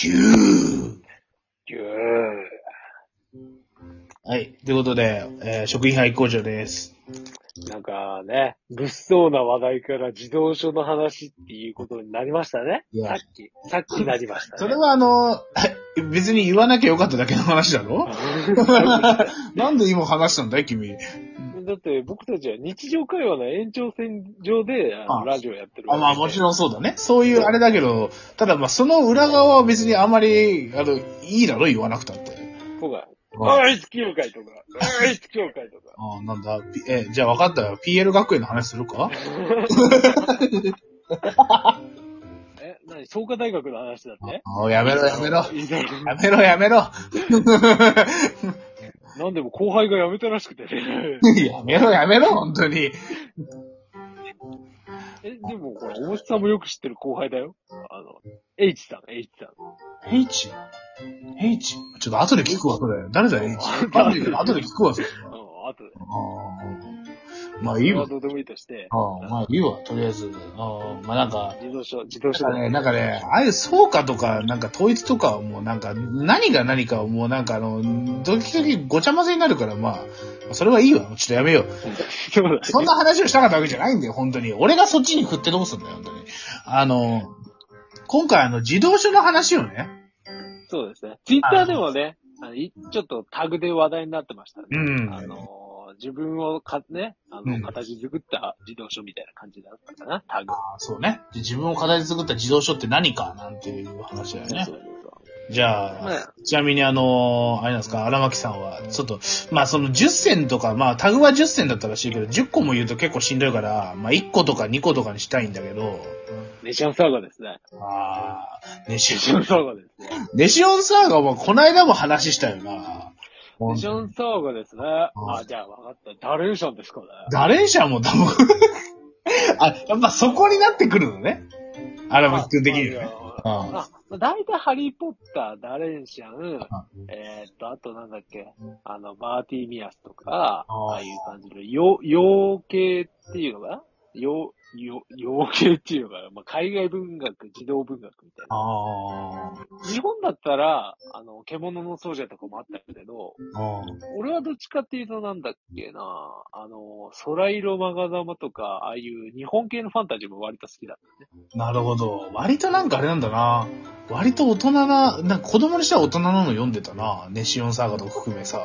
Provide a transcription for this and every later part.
ぎゅー。ぎゅー。はい。ということで、えー食品廃工場です。なんかね、物騒な話題から自動書の話っていうことになりましたね。いやさっき、さっきなりました、ね。それはあの、 別に言わなきゃよかっただけの話だろなんで今話したんだい君。だって僕たちは日常会話の延長線上であのあラジオやってるあまあもちん。ろんそうだね。そういうあれだけど、ただまあその裏側は別にあまり、あの、いいだろ言わなくたって。とか、あ統一協会とか、統一協会とか。あ、なんだ。P- え、じゃあ分かったよ。PL 学園の話するかえ、なに、創価大学の話だってああやめろやめろ。いいだろやめろ やめろ。なんでも後輩が辞めたらしくて ね。やめろやめろ、本当に。え、でもこれ、大内さんもよく知ってる後輩だよ。あの、H さん、H さん。 H? H? ちょっと後で聞くわ、それ。誰だよ、H。後で後で聞くわ、それ。ああの、あとで。あまあいいそれはわ。どうでもいいとして、ああまあいいわ、とりあえず。ああまあなんか、自動車、自動なん車かね、なんかね、ああいう総価とか、なんか統一とかはもうなんか、何が何かはもうなんかあの、時々ごちゃ混ぜになるから、まあ、それはいいわ。ちょっとやめよう。そうだねそんな話をしたかったわけじゃないんだよ、本当に。俺がそっちに振ってどうすんだよ、本当に。あの、今回あの、自動車の話をね、 そうですね。ツイッターでもね、あのいちょっとタグで話題になってましたね。うんあのー、自分をか、ね、あうんの、形作った自動書みたいな感じだったかな、タグ。そうね。で自分を形作った自動書って何かなんていう話だよねそう。そうじゃあ、ねちなみにあのーあれなんですか、荒牧さんは、ちょっと、まあその10選とか、まあタグは10選だったらしいけど、10個も言うと結構しんどいから、まあ1個とか2個とかにしたいんだけど、ネシアンサーガですね。あー、ネネシシオアンン、サーガですね。ネシオンサーガもこないだも話したよな。ネシアンサーガですね。あ、じゃあ分かった。ダレーションですかね。ダレンシャも多分 あ、やっぱそこになってくるのね。荒牧君的にはね。あうんあ、まあ大体ハリーポッター、ダレンシャンあ、えーっと、あとなんだっけ、あの、バーティーミアスとか、あーああいう感じの、洋、洋系っていうのかな洋、洋、洋系っていうのかな、まあ、海外文学、児童文学みたいな。あ日本だったら、あの、獣の奏者とかもあったけど、ー。うん俺はどっちかっていうとなんだっけな、あの、空色マガダマとか、ああいう日本系のファンタジーも割と好きだった。なるほど。割となんかあれなんだな。割と大人な、なんか子供にしては大人なの読んでたな。ネシオンサーガとか含めさ。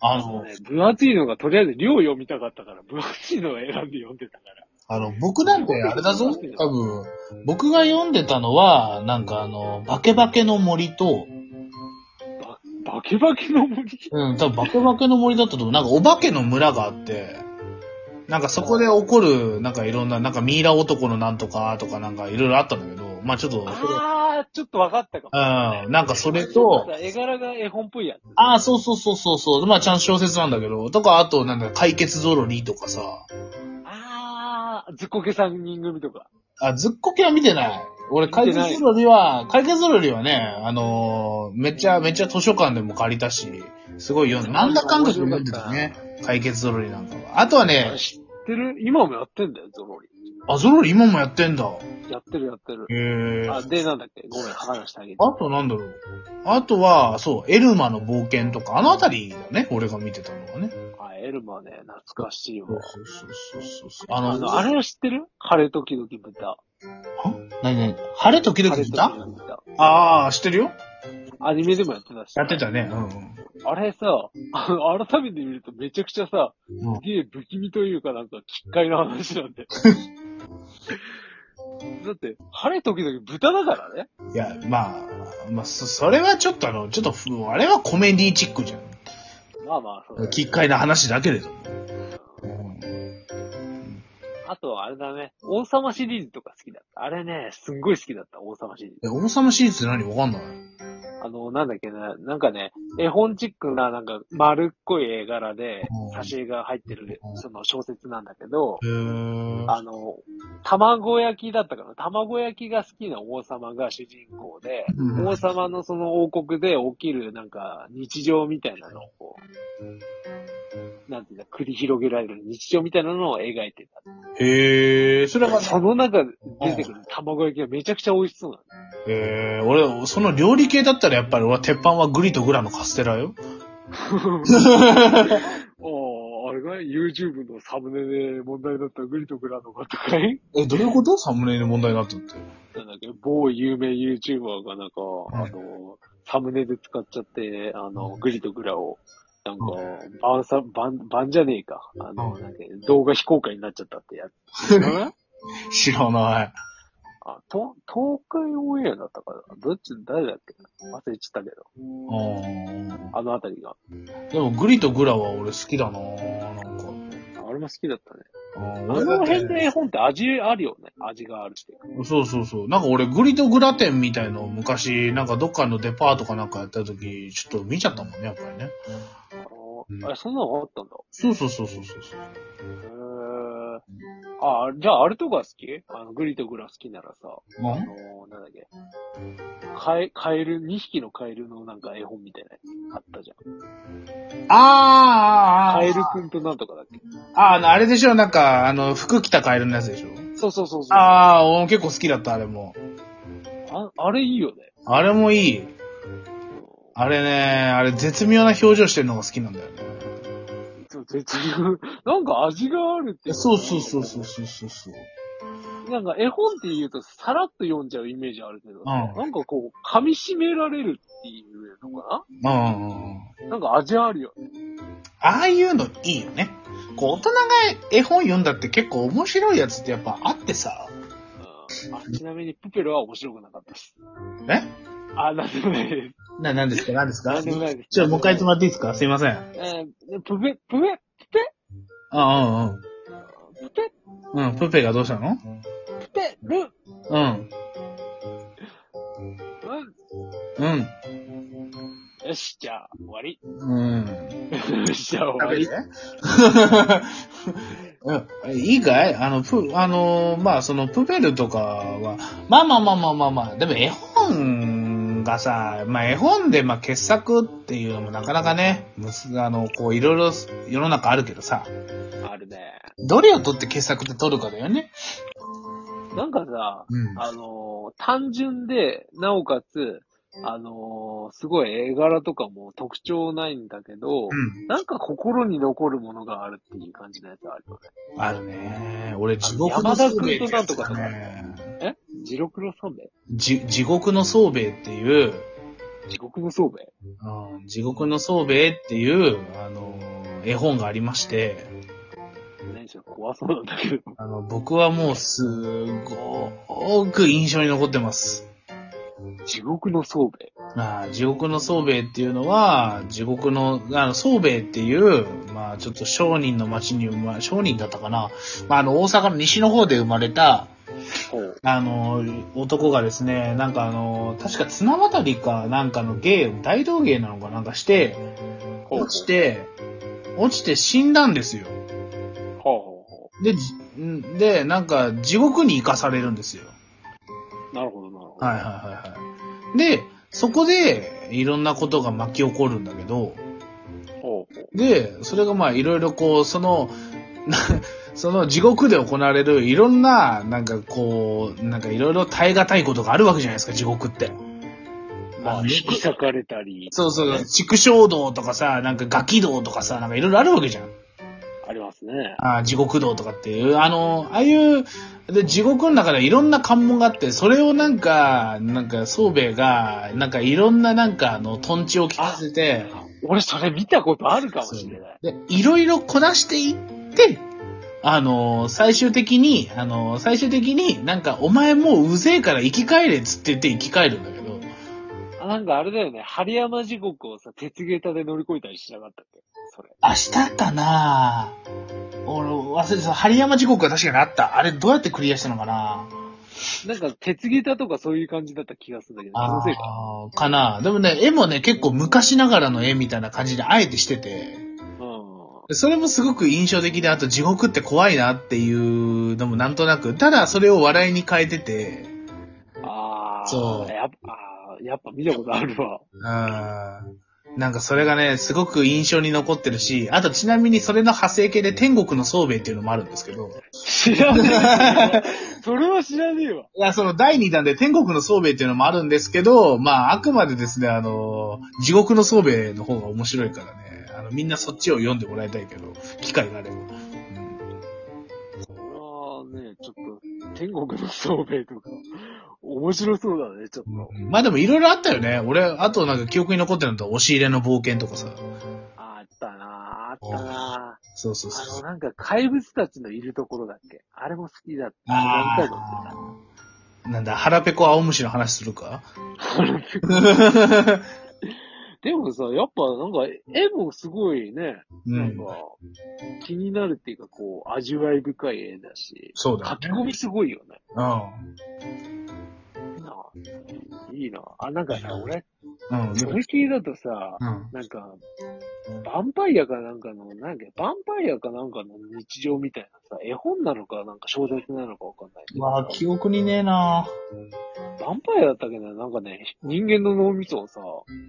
あの、ね分厚いのがとりあえず量読みたかったから、分厚いのを選んで読んでたから。あの、僕なんてあれだぞ。多分、僕が読んでたのは、なんかあの、バケバケの森と、バケバケの森うん、多分バケバケの森だったと思う。なんかお化けの村があって、なんかそこで起こる、なんかいろんな、なんかミイラ男のなんとかとかなんかいろいろあったんだけど、まあちょっと、あー、ちょっと分かったかも。うん、なんかそれと、絵柄が絵本っぽいやつ。ああ、そうそうそうそうそう。まあ、ちゃんと小説なんだけど。とか、あと、なんだ、解決ゾロリとかさ。あー、ずっこけ三人組とか。あ、ずっこけは見てない。俺、解見てない決ゾロリは、解決ゾロリはね、あのーめっちゃ、めっちゃ図書館でも借りたし、すごい読んで、なんだかんだと読んでたね。解決ゾロリなんかは。あとはね、知ってる今もやってんだよ、ゾロリ。あ、ゾロリ今もやってんだ。やってるやってる。へえ。あ、あで、なんだっけごめん、話してあげて。と、なんだろう。あとは、そう、エルマの冒険とか、あのあたりだね、俺が見てたのはね。あ、エルマね、懐かしいわそう。そうそうそうそう。ああの、の、あれは知ってる晴れ時々豚。何何晴れ時々晴れ見時た々豚。ああ、知ってるよ。アニメでもやってたし。やってたね。うんあれさ、あの改めて見るとめちゃくちゃさ、うん。うんすげえ不気味というかなんか、奇怪な話なん で。だって、晴れ時々豚だからね。いや、まあ、まあ、そそれはちょっとあの、ちょっとふ、あれはコメディチックじゃん。まあまあ、そうだねきっかいな話だけれども。あと、あれだね。王様シリーズとか好きだった。あれね、すんごい好きだった、王様シリーズ。え、王様シリーズって何わかんないあの、なんだっけな、なんかね、絵本チックな、なんか、丸っこい絵柄でうん、挿絵が入ってるう、んその小説なんだけど、へーあの、卵焼きだったかな卵焼きが好きな王様が主人公で、うん王様のその王国で起きるなんか日常みたいなのをこう、なんていうんだ、繰り広げられる日常みたいなのを描いてへえ、それがた。、その中で出てくる卵焼きがめちゃくちゃ美味しそうなの。えー、俺、その料理系だったらやっぱり俺は鉄板はグリとグラのカステラよ。 ああ、あれが YouTube のサムネで問題だったグリとグラのことかいえ、どういうことサムネイル問題になったって。なんだっけ、某有名 YouTuber がなんか、あの、サムネで使っちゃって、あの、グリとグラを、なんか、バンサ、バン、バンじゃねえか。あの、うんなんか動画非公開になっちゃったってやつ。知らない。あ、と、東海オンエアだったかなどっち、誰だっけ忘れちゃったけど。あーあのあたりが。でもグリとグラは俺好きだなぁ、なんか。あれも好きだったね。ああー俺だのって辺の絵本って味あるよね。味があるって。そうそうそう。なんか俺、グリとグラテンみたいのを昔、なんかどっかのデパートかなんかやった時、ちょっと見ちゃったもんね、やっぱりね。あのうんあれ、そんなのあったんだ。そうそうそうそうそうそう。へーあ、じゃああれとか好きあの、グリとグラ好きならさ、ああのー、なんだっけ。カエカエル、2匹のカエルのなんか絵本みたいなのあったじゃん。あーあーあーあーカエルくんとなんとかだっけあーあの、あれでしょなんか、あの、服着たカエルのやつでしょそうそうそうそう。あああ、俺も結構好きだった、あれも。あれいいよね。あれもいい。うんあれね、あれ絶妙な表情してるのが好きなんだよね。そう絶妙。なんか味があるっていかそうそうそうそうそうそうそう。なんか絵本って言うとさらっと読んじゃうイメージあるけど、んなんかこう、噛み締められるっていうのかうんうんうんうん。ななんか味あるよね。ああいうのいいよね。こう、大人が絵本読んだって結構面白いやつってやっぱあってさ。うんあちなみにプペルは面白くなかったです。えあ、なんでもないです。な、なんですかなんですかなんでもないですちょ、もう一回言ってもらっていいですかすいません。うんえープペ、プペ、うんうん。プペ、うん、プペがどうしたのプペ、ル、うん、うん。うん。よし、じゃあ、終わり。 うん。よし、じゃあ、終わり。うん、いいかいあの、プ、あの、まあ、その、プペルとかは、まあまあまあまあまあまあ、でも絵本がさ、まあ絵本で、まあ傑作っていうのもなかなかね、むすあの、こう、いろいろ世の中あるけどさ、あるね。どれを取って傑作って取るかだよね。なんかさ、うん。あのー単純で、なおかつ、あのーすごい絵柄とかも特徴ないんだけど、うなんか心に残るものがあるっていう感じのやつあるよん。あるね。俺、地獄の山田装君兵衛とってなやんとつかだとかね。ね。え地獄の装備じ、地獄の装兵衛っていう、地獄の装備うん、地獄の装兵衛っていう、あの、絵本がありまして、何しろ怖そうなんだけど。あの、僕はもうすごく印象に残ってます。地獄の装備まあ、地獄の宗兵衛っていうのは、地獄の、あの、宗兵衛っていう、まあ、ちょっと商人の町に生ま、商人だったかな。まあ、あの、大阪の西の方で生まれた、ほう。あの、男がですね、なんかあの、確か綱渡りかなんかの芸、大道芸なのかなんかして、ほう。落ち。て、落ちて死んだんですよ。ほうほうほで、じんで、なんか、地獄に行かされるんですよ。う。なるほど、なるほど。はいはいはいはい。で、そこで、いろんなことが巻き起こるんだけど、ほうほう。で、それがまあいろいろこう、その、なその地獄で行われるいろんな、なんかこう、なんかいろいろ耐え難いことがあるわけじゃないですか、地獄って。まあ、引き裂かれたり、そうそう、畜生道とかさ、なんかガキ道とかさ、なんかいろいろあるわけじゃん。ありますね。あー地獄道とかっていう、あの、ああいう、で、地獄の中でいろんな関門があって、それをなんか、なんか、宗兵衛が、なんかいろんななんか、あの、トンチを聞かせて、俺、それ見たことあるかもしれない。で、いろいろこなしていって、あの、最終的に、あの、最終的になんか、お前もううぜえから生き返れっつって言って生き返るんだけど、あなんかあれだよね、針山地獄をさ、鉄下駄で乗り越えたりしなかったっけそれ。明日かな俺、忘れてた。針山時刻が確かにあった。あれ、どうやってクリアしたのかななんか、鉄下駄とかそういう感じだった気がするんだけど、あそのせいか。ーかなでもね、絵もね、結構昔ながらの絵みたいな感じであえてしてて、うそれもすごく印象的で、あと地獄って怖いなっていうのもなんとなく、ただそれを笑いに変えてて、ん。ああ、そうやっぱ、あーやっぱ見たことあるわ。うん。なんかそれがね、すごく印象に残ってるし、あとちなみにそれの派生系で天国の宗兵衛っていうのもあるんですけど、知ら ねえ。それは知らねえわ。いや、その第2弾で天国の宗兵衛っていうのもあるんですけど、まあ、あくまでですね、あの、地獄の宗兵衛の方が面白いからね、あの、みんなそっちを読んでもらいたいけど、機会があれば。うんそれはね、ちょっと、天国の装備とか、面白そうだね、ちょっと。まあでもいろいろあったよね。俺、あとなんか記憶に残ってるのと、押し入れの冒険とかさ。あったなぁ、あったなぁ。そうそうあその、う。なんか怪物たちのいるところだっけあれも好きだった。何回も言ってた。ああ。なんだ、腹ペコ青虫の話するか でもさ、やっぱなんか絵もすごいね、うなんんか。気になるっていうかこう、味わい深い絵だし、そうだ書よきね。込みすごいよね。うなあいいなあ、なんかさ、俺、ん。うん。それ系だとさ、うん。なんか、ヴァンパイアかなんかの、なんか、ヴァンパイアかなんかの日常みたいなさ、絵本なのか、なんか小説なのかわかんないけどまあ、記憶にねえなヴァンパイアだったけど、なんかね、人間の脳みそをさ、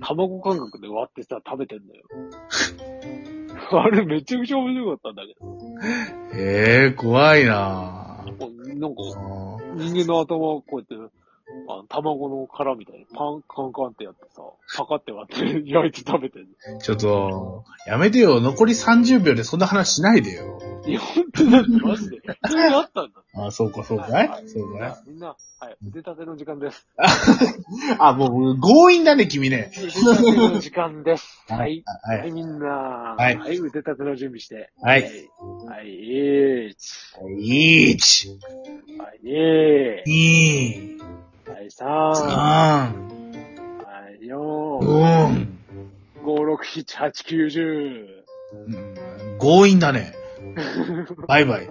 卵感覚で割ってさ、食べてんだよ。 あれめちゃくちゃ面白かったんだけどええ怖いなこう、なんかあー人間の頭をこうやって、あの卵の殻みたいにパンカンカンってやってさ、パカって割って 焼いて食べてんの。ちょっと、やめてよ。残り30秒でそんな話しないでよ。いや、本当だってマジで。そういうのあったんだ。あ、そうか、そうかはいいはいそうかいみんな、はい、腕立ての時間です。あ、もう、強引だね、君ね。腕立ての時間です。はい。ははい、い。みんな。はいはい、腕立ての準備して。は。はいい。はい、1、 1、はい、2、 2、はい、3、は3、い、4、 4。 5、6、7、8、9、10。うん強引だね。バイバイ。